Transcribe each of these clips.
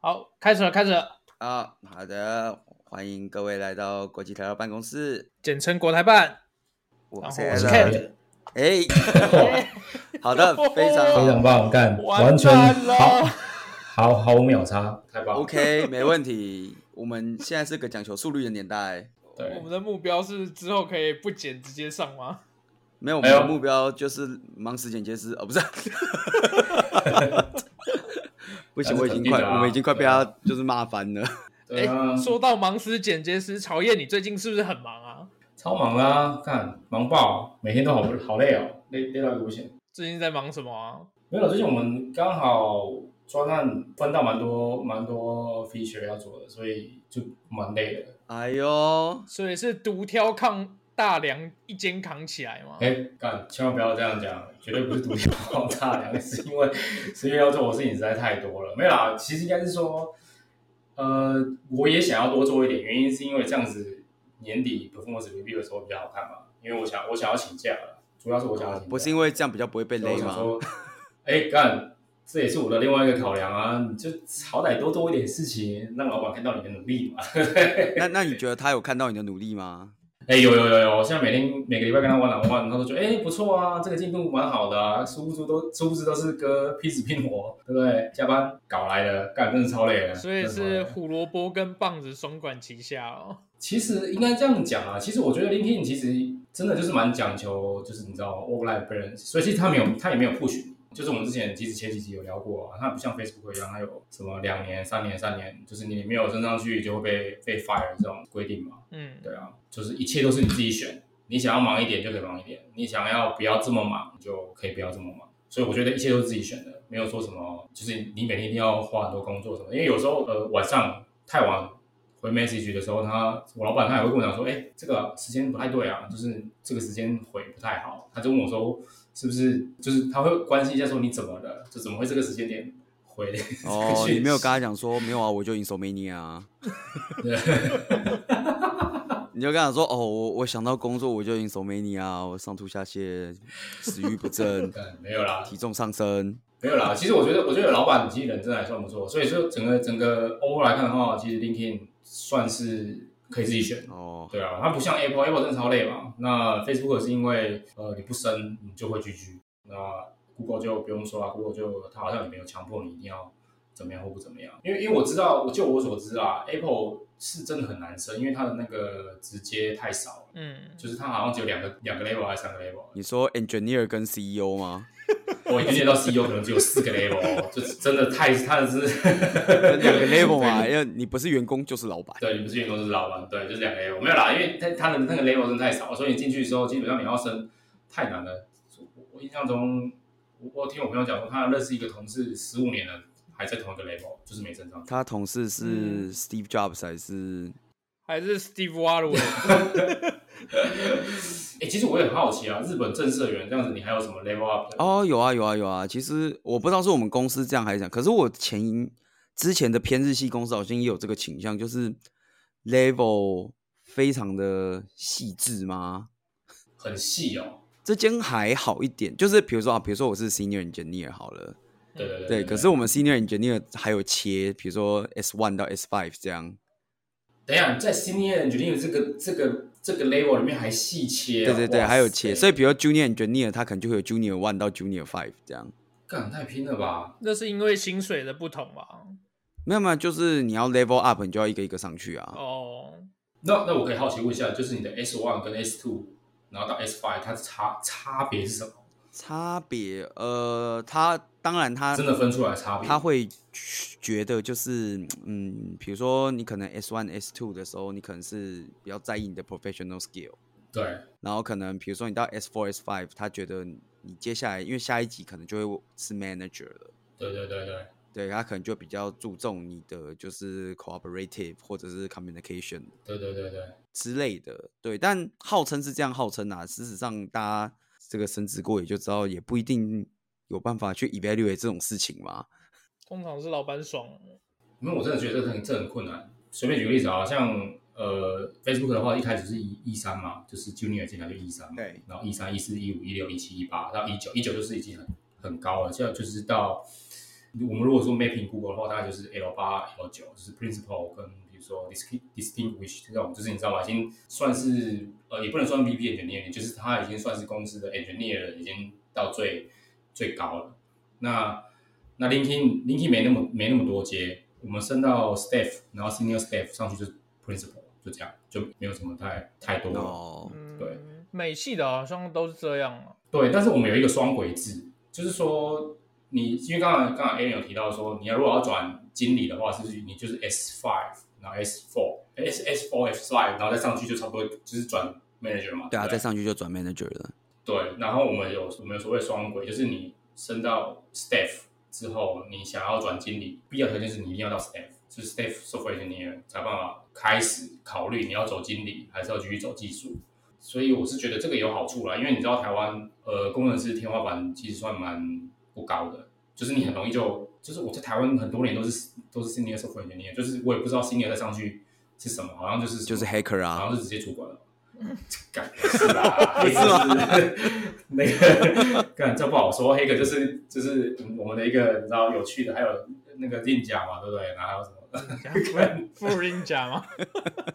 好，开始了，开始了，啊，好的，欢迎各位来到国际台湾办公室，简称国台办。我然后是啊我是 Alan， Ken 哎， 好的，非常非常好棒，干，完完全蛋了好，好毫无秒差，太棒 了。，OK，没问题。我们现在是个讲求速率的年代，我对们，的目标是之后可以不剪直接上吗？没有我们的哎呦目标就是忙死剪接师，哦，不是， 不行，那是我已经肯定的快，啊我们已经快被对啊他就是骂翻了。对啊，哎说到忙死剪接师，曹燕，你最近是不是很忙啊？超忙啦，干，忙爆，每天都好好累哦，累累到一个不行。最近在忙什么啊？没有，最近我们刚好专案分到蛮多蛮多 feature 要做的，所以就蛮累的。哎呦，所以是独挑抗大梁，一肩扛起来吗？哎，干，千万不要这样讲，绝对不是独立爆炸两个，是因为是因为要做的事情实在太多了。没有啦，其实应该是说，呃，我也想要多做一点，原因是因为这样子年底 performance review 的时候比较好看嘛，因为我想我想要请假了，主要是我想要请假，哦不是因为这样比较不会被所以累啊我想吗？说，哎，干，这也是我的另外一个考量啊，你就好歹多做一点事情，让老板看到你的努力嘛。那那你觉得他有看到你的努力吗？哎、有有有有，我现在每天每个礼拜跟他玩两玩，他都觉得哎、不错啊，这个进度蛮好的啊，殊不知都殊不知都是跟拼死拼活，对不对？加班搞来的，干真的超累的。所以真的超累是的胡萝卜跟棒子双管齐下哦。其实应该这样讲啊，其实我觉得 LinkedIn 其实真的就是蛮讲求，就是你知道 work life balance，所以其实他没有他也没有 push，你就是我们之前其实前几集有聊过啊，它不像 Facebook 一样，它有什么两年、三年、三年，就是你没有升上去就会被被 fire 这种规定嘛。嗯，对啊，就是一切都是你自己选，你想要忙一点就可以忙一点，你想要不要这么忙就可以不要这么忙。所以我觉得一切都是自己选的，没有说什么就是你每天一定要花很多工作什么，因为有时候呃晚上太晚回 message 的时候，他我老板他也会跟我讲说，哎、这个时间不太对啊，就是这个时间回不太好，他就问我说是不是就是他会关心一下说你怎么了，就怎么会这个时间点回？ 哦，你没有跟他讲说没有啊，我就 insomnia 啊。对，你就跟他说哦，我我想到工作我就 insomnia，我啊上吐下泻，食欲不振 嗯没有啦，体重上升。没有啦，其实我觉得，我觉得老板其实人真的还算不错，所以说整个整个 overall 来看的话，其实 LinkedIn 算是可以自己选。哦，对啊，它不像 Apple，Apple 真的超累嘛。那 Facebook 是因为呃你不升你就会 GG，那 Google 就不用说了，Google 就它好像也没有强迫你一定要怎么样或不怎么样。因为因为我知道，我就我所知啊，Apple 是真的很难升，因为它的那个直接太少了，嗯，就是它好像只有两个两个 level 还是三个啊 level。你说 engineer 跟 CEO 吗？我已经见到 CEO 可能只有四个 level，哦就真的太他的是两个 level 嘛，因为你不是员工就是老板。对，你不是员工就是老板，对，就是两个 level 没有啦，因为他他的那个 level 真的太少，所以你进去之后，基本上你要升太难了。我我印象中，我我听我朋友讲说，他认识一个同事十五年了，还在同一个 level，就是没升上去。他同事是嗯 Steve Jobs 还是？还是 Steve Walloway 哎、其实我也很好奇啊，日本正社员这样子，你还有什么 level up 的？哦，有啊有啊有啊。其实我不知道是我们公司这样还是这样，可是我前之前的偏日系公司好像也有这个倾向，就是 level 非常的细致吗？很细哦。这间还好一点，就是比如说啊，比如说我是 senior engineer 好了，对对对对，可是我们 senior engineer 还有切，比如说 S one 到 S five 这样，等一下，在 senior engineer 这个这个这个 level 里面还细切、啊，对对对，哇还有塞切，所以比如 junior engineer 他可能就会有 junior one 到 junior five 这样，干太拼了吧？那是因为薪水的不同吧？没有没有，就是你要 level up，你就要一个一个上去啊。哦，那那我可以好奇问一下，就是你的 S one 跟 S two，然后到 S five，它的差差别是什么？差别，呃，他当然他真的分出来差别？他啊会觉得就是，嗯，比如说你可能 S one S two 的时候，你可能是比较在意你的 professional skill。对然后可能比如说你到 S four S five，他觉得你接下来因为下一集可能就会是 manager 了，对对对对，对他可能就比较注重你的就是 cooperative 或者是 communication 对对对对，之类的，对，但号称是这样号称啊，事实上大家这个升职过也就知道，也不一定有办法去 evaluate 这种事情嘛。通常是老板爽。因为我真的觉得这很这很困难。随便举个例子啊，像呃 Facebook 的话，一开始是一一三嘛，就是 Junior 进来就一三嘛，对，然后一三、一四、一五、一六、一七、一八到一九，一九就是已经很很高了，现在就是到我们如果说 mapping Google 的话，大概就是 L 八、L 九，就是 principal 跟比如说 distin- distinguished 这种，就是你知道吗？已经算是呃，也不能算 VP engineer，就是他已经算是公司的 engineer 了，已经到最最高了。那那 LinkedIn LinkedIn 没那么没那么多阶，我们升到 staff，然后 senior staff 上去就是 principal，就这样，就没有什么太太多了。哦，嗯，对，美系的好像都是这样啊。对，但是我们有一个双轨制，就是说你因为刚才刚才 A 有提到说，你要如果要转经理的话，是不是你就是 S five，然后 S four、S S four S five，然后再上去就差不多就是转 manager 嘛。对啊，不再上去就转 manager 了。对，然后我们有我们有所谓双轨，就是你升到 staff 之后，你想要转经理，必要条件是你一定要到 staff，就是 staff software engineer 才有办法开始考虑你要走经理还是要继续走技术。所以我是觉得这个有好处啦，因为你知道台湾呃工程师天花板其实算蛮不高的，就是你很容易就就是我在台湾很多年都是都是 senior software engineer，就是我也不知道 senior 再上去是什么，好像就是就是 hacker 啊好像是直接主管了。干不是啦，嗯 不是 那个干这不好说。黑哥就是就是我们的一个你知道有趣的，还有那个令甲嘛，对不对？然后还有什么？富人甲吗？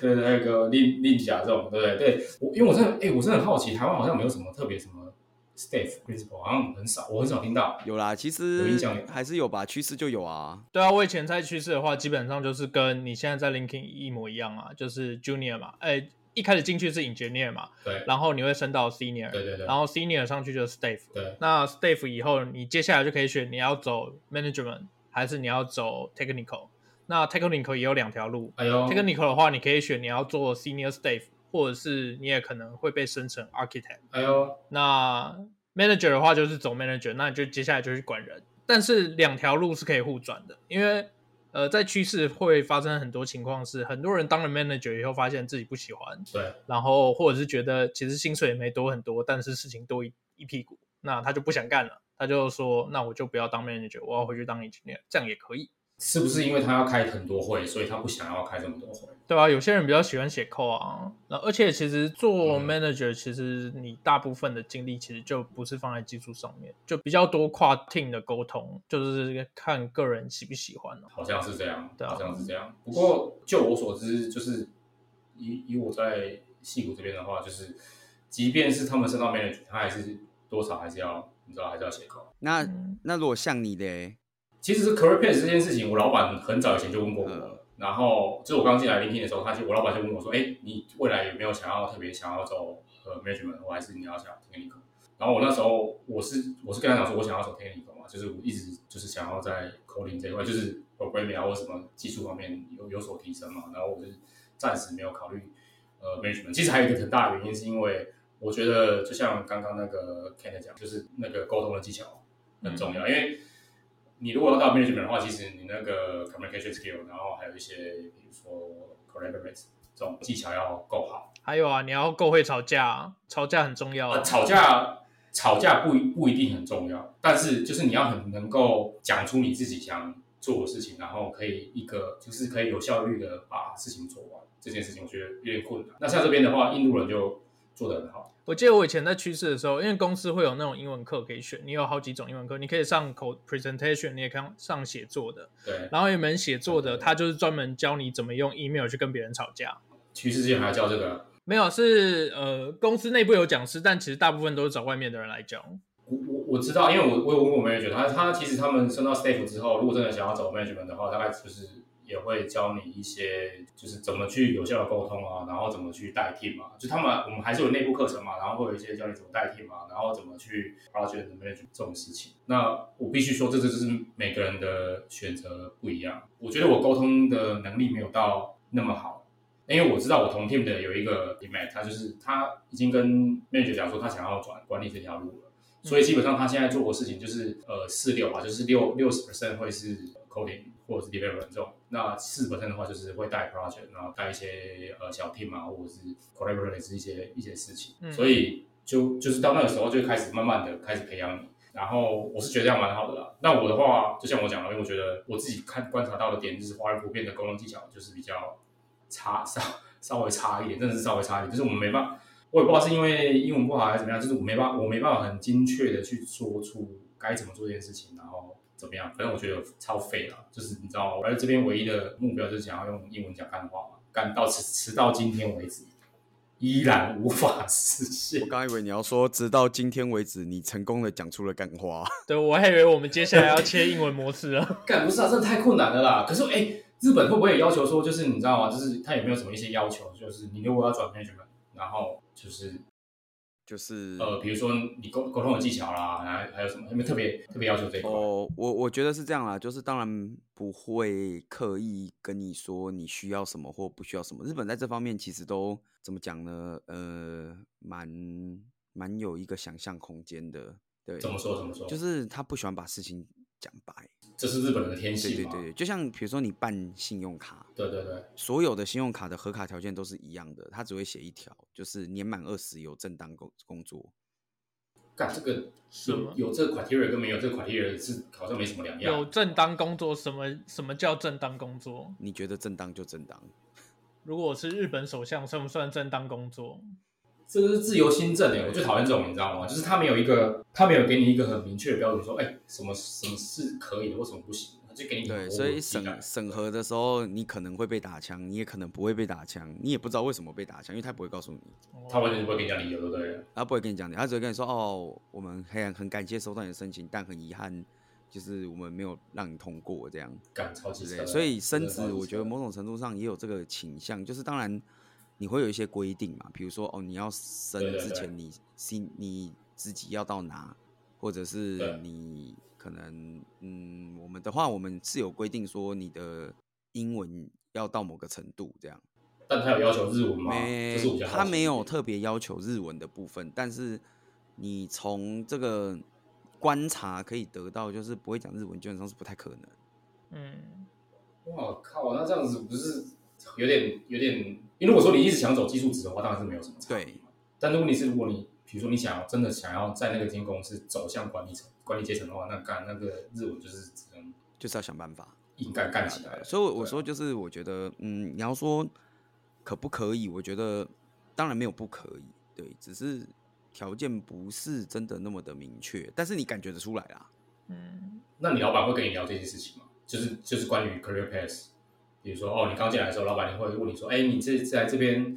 对对，还有个令令甲这种，对不对？对我因为我真的哎、我真的很好奇，台湾好像没有什么特别什么 staff principal，好像很少，我很少听到。有啦，其有实印象有还是有吧，趋势就有啊。对啊，我以前在趋势的话，基本上就是跟你现在在 LinkedIn 一模一样啊，就是 Junior 嘛，哎、一开始进去是 Engineer 嘛，对然后你会升到 Senior，对对对然后 Senior 上去就是 Staff，对那 Staff 以后你接下来就可以选你要走 Management 还是你要走 Technical，那 Technical 也有两条路、哎呦， t e c h n i c a l 的话你可以选你要做 Senior Staff，或者是你也可能会被升成 Architect。哎呦，那 manager 的话就是走 manager，那你就接下来就去管人。但是两条路是可以互转的，因为呃，在趋势会发生很多情况是，很多人当了 manager 以后，发现自己不喜欢，对，然后或者是觉得其实薪水也没多很多，但是事情多一一屁股，那他就不想干了，他就说那我就不要当 manager，我要回去当 engineer，这样也可以，是不是因为他要开很多会，所以他不想要开这么多会？对吧、有些人比较喜欢写 code 啊，那而且其实做嗯 manager，其实你大部分的精力其实就不是放在技术上面，就比较多跨 team 的沟通，就是看个人喜不喜欢哦、好像是这样，对啊好像是这样。不过就我所知，就是以以我在戏谷这边的话，就是即便是他们升到 manager，他还是多少还是要，你知道还是要写稿。那嗯那如果像你嘞，其实是 career path 这件事情，我老板很早以前就问过我了。然后就是我刚进来 LinkedIn 的时候，他就我老板就问我说：“哎，你未来有没有想要特别想要走呃 management，或还是你要想 technical？” 然后我那时候我是我是跟他讲说，我想要走 technical 嘛，就是我一直就是想要在 coding 这一块，就是 programming 啊或什么技术方面有有所提升嘛。然后我就暂时没有考虑呃 management。其实还有一个很大的原因是因为我觉得就像刚刚那个 Ken 讲，就是那个沟通的技巧嗯很重要，因为你如果要到 management 的话，其实你那个 communication skill，然后还有一些比如说 collaborate 这种技巧要够好。还有啊，你要够会吵架、啊，吵架很重要、啊呃，吵架吵架不一不一定很重要，但是就是你要很能够讲出你自己想做的事情，然后可以一个就是可以有效率的把事情做完。这件事情我觉得有点困难。那像这边的话，印度人就做得很好。我记得我以前在趋势的时候，因为公司会有那种英文课可以选，你有好几种英文课，你可以上口 presentation，你也可以上写作的，对，然后有一门写作的，对它就是专门教你怎么用 email 去跟别人吵架。趋势之前还要教这个，没有，是呃，公司内部有讲师，但其实大部分都是找外面的人来教。我我我知道，因为我我有问过 manager，他他其实他们升到 staff 之后，如果真的想要走 management 的话，大概就是也会教你一些，就是怎么去有效的沟通啊，然后怎么去代替嘛，就他们我们还是有内部课程嘛，然后会有一些教你怎么代替嘛，然后怎么去 project manage 这种事情。那我必须说，这这就是每个人的选择不一样。我觉得我沟通的能力没有到那么好，因为我知道我同 team 的有一个 teammate，他就是他已经跟 manager 讲说他想要转管理这条路了，所以基本上他现在做的事情就是呃四六吧，就是六六十 percent 会是 coding 或者是 development 这种，那四十 percent 的话就是会带 project，然后带一些呃小 team 啊，或者是 collaborate 一些一些事情，嗯所以就就是到那个时候就开始慢慢的开始培养你。然后我是觉得这样蛮好的啦。那我的话，就像我讲的，因为我觉得我自己看观察到的点就是华人普遍的沟通技巧就是比较差，稍稍微差一点，真的是稍微差一点，就是我们没办 法，我也不知道是因为英文不好还是怎么样，就是我没办法，我没办法很精确的去说出该怎么做这件事情，然后怎么样，反正我觉得超废了。就是你知道，我来这边唯一的目标就是想要用英文讲干话嘛，干到迟迟到今天为止，依然无法实我现。刚以为你要说，直到今天为止，你成功的讲出了干话。 对，我还以为我们接下来要切英文模式 了。干不是啊，真的太困难了啦。可是哎、日本会不会有要求说，就是你知道吗？就是他有没有什么一些要求，就是你如果要转 management，然后就是就是呃，比如说你沟沟通的技巧啦，然后还有什么有没有特别特别要求这一块？哦，我我觉得是这样啦，就是当然不会刻意跟你说你需要什么或不需要什么。日本在这方面其实都怎么讲呢？呃，蛮蛮有一个想象空间的，对，怎么说怎么说？就是他不喜欢把事情讲白。这是日本人的天对性对嘛？对对，就像比如说你办信用卡，对对对所有的信用卡的核卡条件都是一样的，它只会写一条，就是年满二十有正当工工作。干这个什么有有这个 criteria 跟没有这个 criteria 是好像没什么两有样。正当工作，什么什么叫正当工作？你觉得正当就正当，如果我是日本首相，算不算正当工作？这个是自由新政哎、我最讨厌这种，你知道吗？就是他没有一个，他没有给你一个很明确的标准，说哎、什么什么是可以的，或什么不行，他就给你对，所以审审审核的时候，你可能会被打枪，你也可能不会被打枪，你也不知道为什么被打枪，因为他不会告诉你，他完全不会给哦你讲理由，对不对了？他不会跟你讲的，他只会跟你说哦，我们很很感谢收到你的申请，但很遗憾，就是我们没有让你通过这样。干超级之扯类，的，所以升真的超职级我扯觉得某种程度上也有这个倾向，就是当然你会有一些规定嘛，比如说哦，你要升对对之对前你心你自己要到哪，或者是对你可能嗯，我们的话我们是有规定说你的英文要到某个程度这样，但他有要求日文吗？没这是我比较好奇他没有特别要求日文的部分，但是你从这个观察可以得到，就是不会讲日文基本上是不太可能。嗯，哇靠，那这样子不是有点有点？因为如果说你一直想走技术值的话，当然是没有什么差别对嘛。但如果你是如果你比如说你想要真的想要在那个金公司走向管理层管理阶层的话，那干那个日文就是只能就是要想办法，硬呃干干起对啊对来了。啊所以我对我啊说就是，我觉得，嗯，你要说可不可以，我觉得当然没有不可以，对，只是条件不是真的那么的明确，但是你感觉得出来啦。嗯，那你老板会跟你聊这些事情吗？就是就是关于 career path，比如说哦，你刚进来的时候，老板会问你说，哎，你这在这边，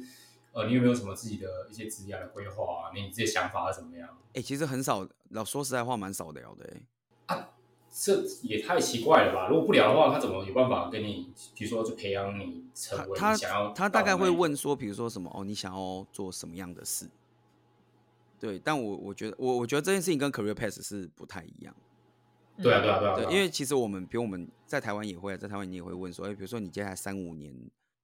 呃，你有没有什么自己的一些职业的规划啊？你自己的想法是怎么样？哎、其实很少，老说实在话，蛮少聊的、欸。这也太奇怪了吧！如果不聊的话，他怎么有办法跟你，比如说就培养你成为他你想要他他大概会到的那一问说，比如说什么哦，你想要做什么样的事？对，但我我觉得我我觉得这件事情跟 career path 是不太一样。嗯对啊对啊对啊，对，啊因为其实我们，比如我们在台湾也会啊，在台湾你也会问说，哎、比如说你接下来三五年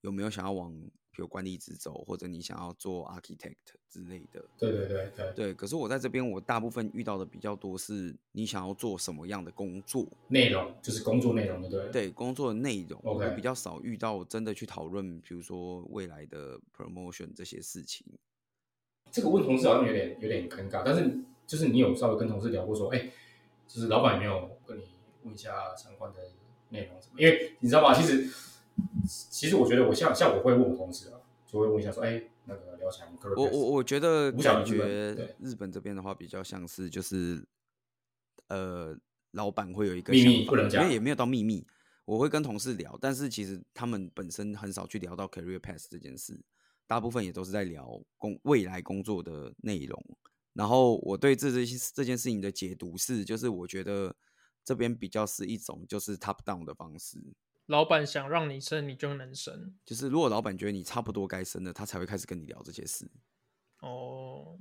有没有想要往，比如管理职走，或者你想要做 architect 之类的。对对对对，对，可是我在这边，我大部分遇到的比较多是你想要做什么样的工作，内容就是工作内容，对不对？对工作的内容，我 OK 比较少遇到真的去讨论，比如说未来的 promotion 这些事情。这个问同事好像有点有点尴尬，但是就是你有稍微跟同事聊过说，哎，就是老板有没有跟你问一下相关的内容什么？因为你知道吗？其实其实我觉得我像像我会问我同事啊，就会问一下说，哎，那个聊起来你 career 我我 path 我觉得无小感于日觉本对日本这边的话比较像是就是，呃，老板会有一个秘想密法不能因为讲也没有到秘密。我会跟同事聊，但是其实他们本身很少去聊到 career path 这件事，大部分也都是在聊工未来工作的内容。然后我对这这些这件事情的解读是，就是我觉得这边比较是一种就是 top down 的方式，老板想让你升，你就能升。就是如果老板觉得你差不多该升了，他才会开始跟你聊这些事。哦，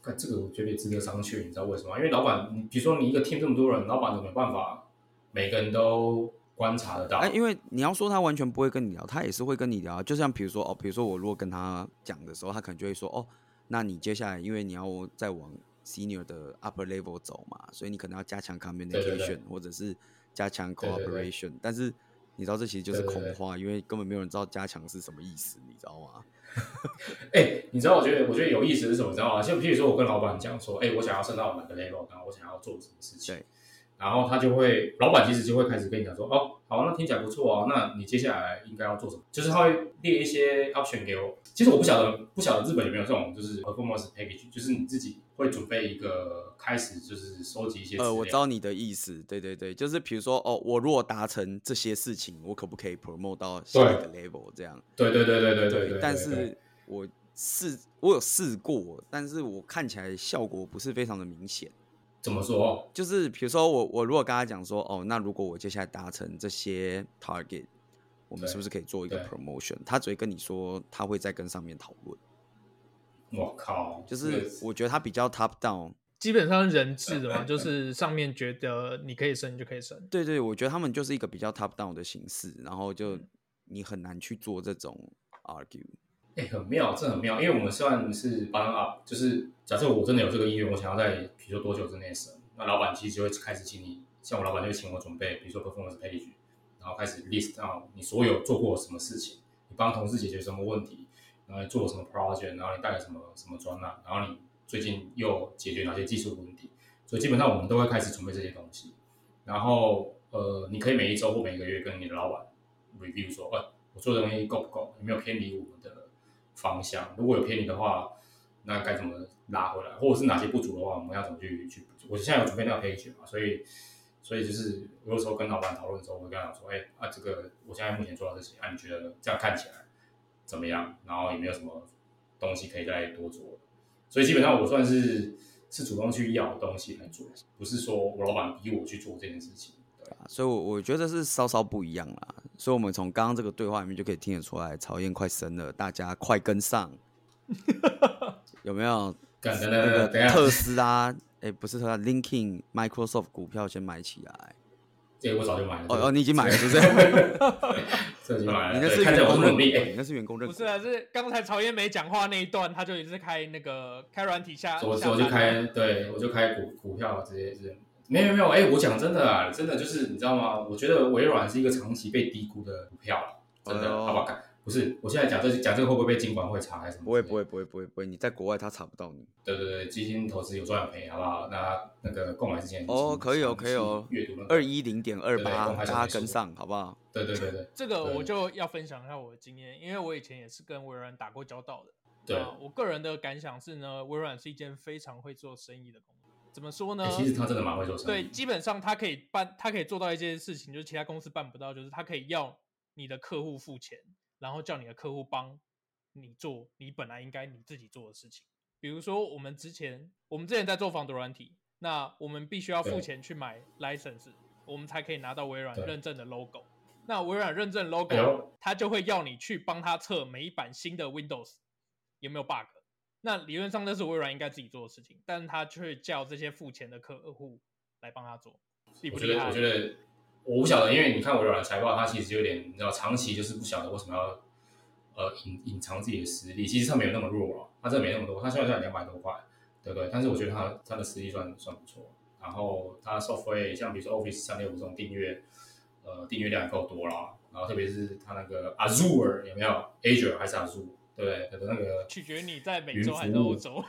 看这个我觉得也值得商榷，你知道为什么吗？因为老板，你比如说你一个 team 这么多人，老板都没办法每个人都观察得到。哎、因为你要说他完全不会跟你聊，他也是会跟你聊啊。就像比如说哦，比如说我如果跟他讲的时候，他可能就会说哦，那你接下来因为你要再往 senior 的 upper level 走嘛，所以你可能要加强 communication 对对或者是加强对对 cooperation，对但是。你知道这其实就是对对空对话，因为根本没有人知道加强是什么意思，你知道吗？哎、你知道我觉得我觉得有意思是什么？你知道吗？就譬如说我跟老板讲说，哎、我想要升到哪个 level，然后我想要做什么事情对。然后他就会，老板其实就会开始跟你讲说，哦，好，那听起来不错哦，那你接下来应该要做什么？就是他会列一些 option 给我。其实我不晓得，不晓得日本有没有这种就是 performance package，就是你自己会准备一个开始，就是收集一些资料。呃，我知道你的意思，对对对，就是比如说哦，我如果达成这些事情，我可不可以 promote 到下一个 level 这样？对对对对对对对。但对对是我试，我有试过，但是我看起来效果不是非常的明显。怎么说？就是比如说我我如果跟他讲说，哦，那如果我接下来达成这些 target，我们对是不是可以做一个对 promotion？他只会跟你说他会再跟上面讨论，我靠！就是我觉得他比较 top down。基本上人治的 嘛，就是上面觉得你可以升你就可以升。对对，我觉得他们就是一个比较 top down 的形式，然后就嗯你很难去做这种 argue。哎、很妙，这很妙，因为我们虽然是 b u up，就是假设我真的有这个意愿，我想要在比如说多久之内生，那老板其实就会开始请你，像我老板就会请我准备，比如说 performance page，然后开始 list out 你所有做过什么事情，你帮同事解决什么问题，然后你做了什么 project，然后你带了什么什么专案，然后你最近又解决哪些技术问题，所以基本上我们都会开始准备这些东西，然后呃，你可以每一周或每个月跟你的老板 review 说，哎、我做的东西够不够，有没有偏离我们的方向？如果有偏离的话，那该怎么拉回来，或者是哪些不足的话，我们要怎么去去补足？我现在有准备那个 page 嘛，所以所以就是我有时候跟老板讨论的时候，我会跟他讲说，哎、啊，这个我现在目前做到这些，啊，你觉得这样看起来怎么样？然后有没有什么东西可以再多做？所以基本上我算是是主动去要东西来做，不是说我老板逼我去做这件事情。对，所以我，我觉得是稍稍不一样啦。所以，我们从刚刚这个对话里面就可以听得出来，曹燕快生了，大家快跟上，有没有？干呃等那等个等一下，特斯拉，哎、不是特斯拉，Linkin Microsoft 股票先买起来。这个我早就买了。哦哦，你已经买了，是不是？ 这个已经买了，你那是对看起员来我工认努股，力。哎、你那是员工认不股。是啊，是刚才曹燕没讲话那一段，他就一直开那个开软体下，我下我就单开，对我就开股股票直接是，没有没有，哎、我讲真的啊，真的就是你知道吗？我觉得微软是一个长期被低估的股票，真哎的，呦好吧？干不是，我现在讲这讲这个会不会被监管会查还是什么？不会不会，不会不会不会，你在国外他查不到你。对对对，基金投资有赚有赔，好不好？那那个购买之前哦，可以哦，可以哦，二一零点二八，嗯对大家跟上好不好？对对对对这个对我就要分享一下我的经验，因为我以前也是跟微软打过交道的。对啊，我个人的感想是呢，微软是一间非常会做生意的公司。怎么说呢？哎其实他真的蛮会做生对，意，基本上它可以办，它可以做到一件事情，就是其他公司办不到，就是它可以要你的客户付钱，然后叫你的客户帮你做你本来应该你自己做的事情。比如说，我们之前我们之前在做防毒软体，那我们必须要付对钱去买 license，我们才可以拿到微软对认证的 logo。那微软认证哎 logo，呦它就会要你去帮它测每一版新的 Windows 有没有 bug。那理论上这是微软应该自己做的事情，但是他却叫这些付钱的客户来帮他做，厉不我觉厉得害？我觉得我不晓得，因为你看微软的财报，它其实有点你知道，长期就是不晓得为什么要呃隐隐藏自己的实力，其实它没有那么弱了，它真的没那么多，它虽然才两百多块，对不对？但是我觉得它它的实力算算不错，然后它 software 像比如说 Office 三六五这种订阅，呃，订阅量也够多啦，然后特别是它那个 Azure 有没有 Azure 还是 Azure，对不对？它的那个取决于你在美云洲服还是欧务洲。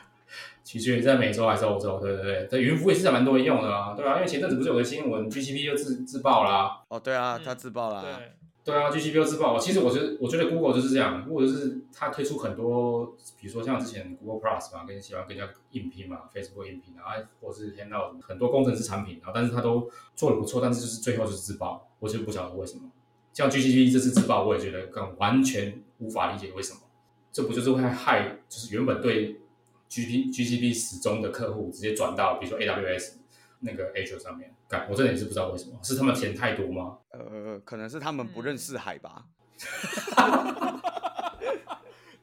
取决于在美洲还是欧洲，对对对，这云服务也是蛮多人用的啊，对啊，因为前阵子不是有个新闻，GCP 又自自爆啦，哦， 对啊，嗯他自爆啦。对，对啊，GCP 又自爆。其实我觉得，我觉得 Google 就是这样，Google 就是它推出很多，比如说像之前 Google Plus 嘛，跟喜欢跟人家硬拼嘛，Facebook 硬拼啊，或者是 Hangout 很多工程师产品，然后但是它都做的不错，但是就是最后就是自爆，我就不晓得为什么。像 GCP 这次自爆，我也觉得更完全无法理解为什么。这不就是会害，就是原本对 G P G C P 始终的客户直接转到比如说 A W S 那个 Azure 上面，干，我真的也是不知道为什么，是他们钱太多吗？呃，可能是他们不嗯认识海吧。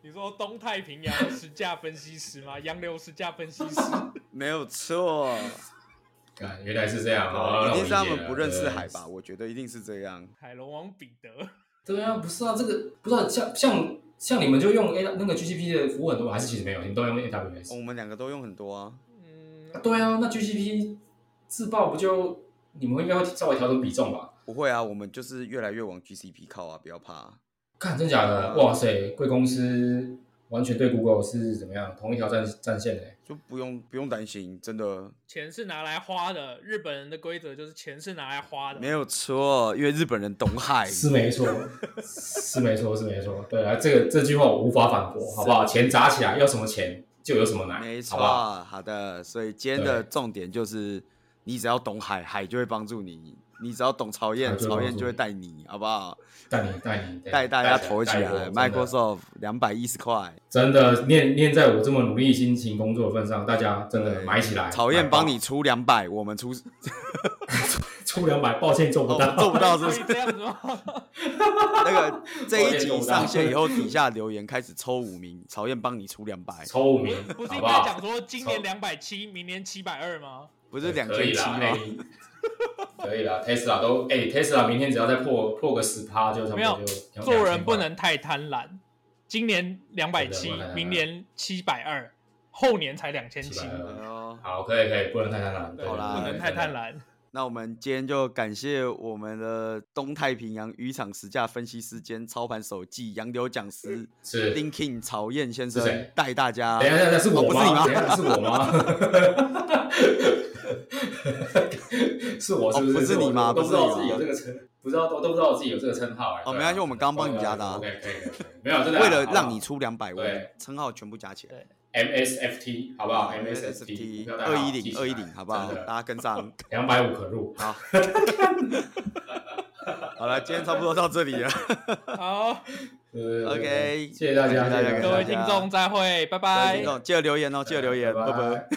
你说东太平洋十架分析师吗？ 洋流十架分析师， 没有错，干，原来是这样，哦一好，哦那我定是理解他了们不认识海。对吧？我觉得一定是这样。海龙王彼得，对啊，不是啊，这个不知道像像像你们就用 A 那个 GCP 的服务很多吗，还是其实没有，你们都用哦 AWS？、我们两个都用很多啊。嗯，对啊，那 GCP 自爆不就你们应该会稍微调整比重吧？不会啊，我们就是越来越往 GCP 靠啊，不要怕啊、看真假的，哇塞，贵公司完全对 Google 是怎么样同一条战战线的、就不用不用担心，真的钱是拿来花的，日本人的规则就是钱是拿来花的。没有错，因为日本人懂海，是没错，是没错，是没错。对啊，这个这句话我无法反驳，好不好？钱砸起来，要什么钱就有什么奶，没好不好？错，好的，所以今天的重点就是，你只要懂海，海就会帮助你；你只要懂曹海燕，就会帮曹燕助就会你带你，好不好？带你带你带大家投起带我来真的，Microsoft 两百一十块，真的念念在我这么努力辛勤工作的份上，大家真的对买起来。曹买燕爆帮你出两百，我们 出，出两百，抱歉做不哦到。做不到是可不以是？这样子 吗？那个这一做集不到上线以后，底下留言开始抽五名，曹燕帮你出两百，抽五名，不是好应不该好讲？说今年好两百七，明年七百二吗？不是两可以千七啦，吗哎？你可以啦，Tesla 都哎，Tesla 明天只要再破破个十趴，就差没不有多就两做人不。两千块能太贪婪，今年两百七真的不能太贪，明婪年七百二，后年才两千七， 720哎呦好，可以可以，不能太贪婪，对好啦不能太贪。婪。那我们今天就感谢我们的东太平洋渔场实价分析师兼操盘手记洋流讲师是，等 Linkin 曹燕先是生谁带大家一。下，等一下，是我哦不是你吗吗？等一下是我吗？ 是我是不哦不是？是你吗我都不知道不是自你己吗有这个称，不知道都都不知道我自己有这个称号哎。哦没关系我们刚帮你加的啊 OK，可以可以，可以没有真的啊。 为了让好不好你出两百，我们对称号全部加起来。 MSFT 好不嗯好？MSFT SFT 啊二一零二一零，好不好？大家跟 上。两百五可入，好， 好了，今天差不多到这里了。好，对对对对 OK，谢谢大家，感谢大家谢谢各位感谢听大家众再会，拜各位 拜听。众记得留言哦，记得留言，拜拜。拜。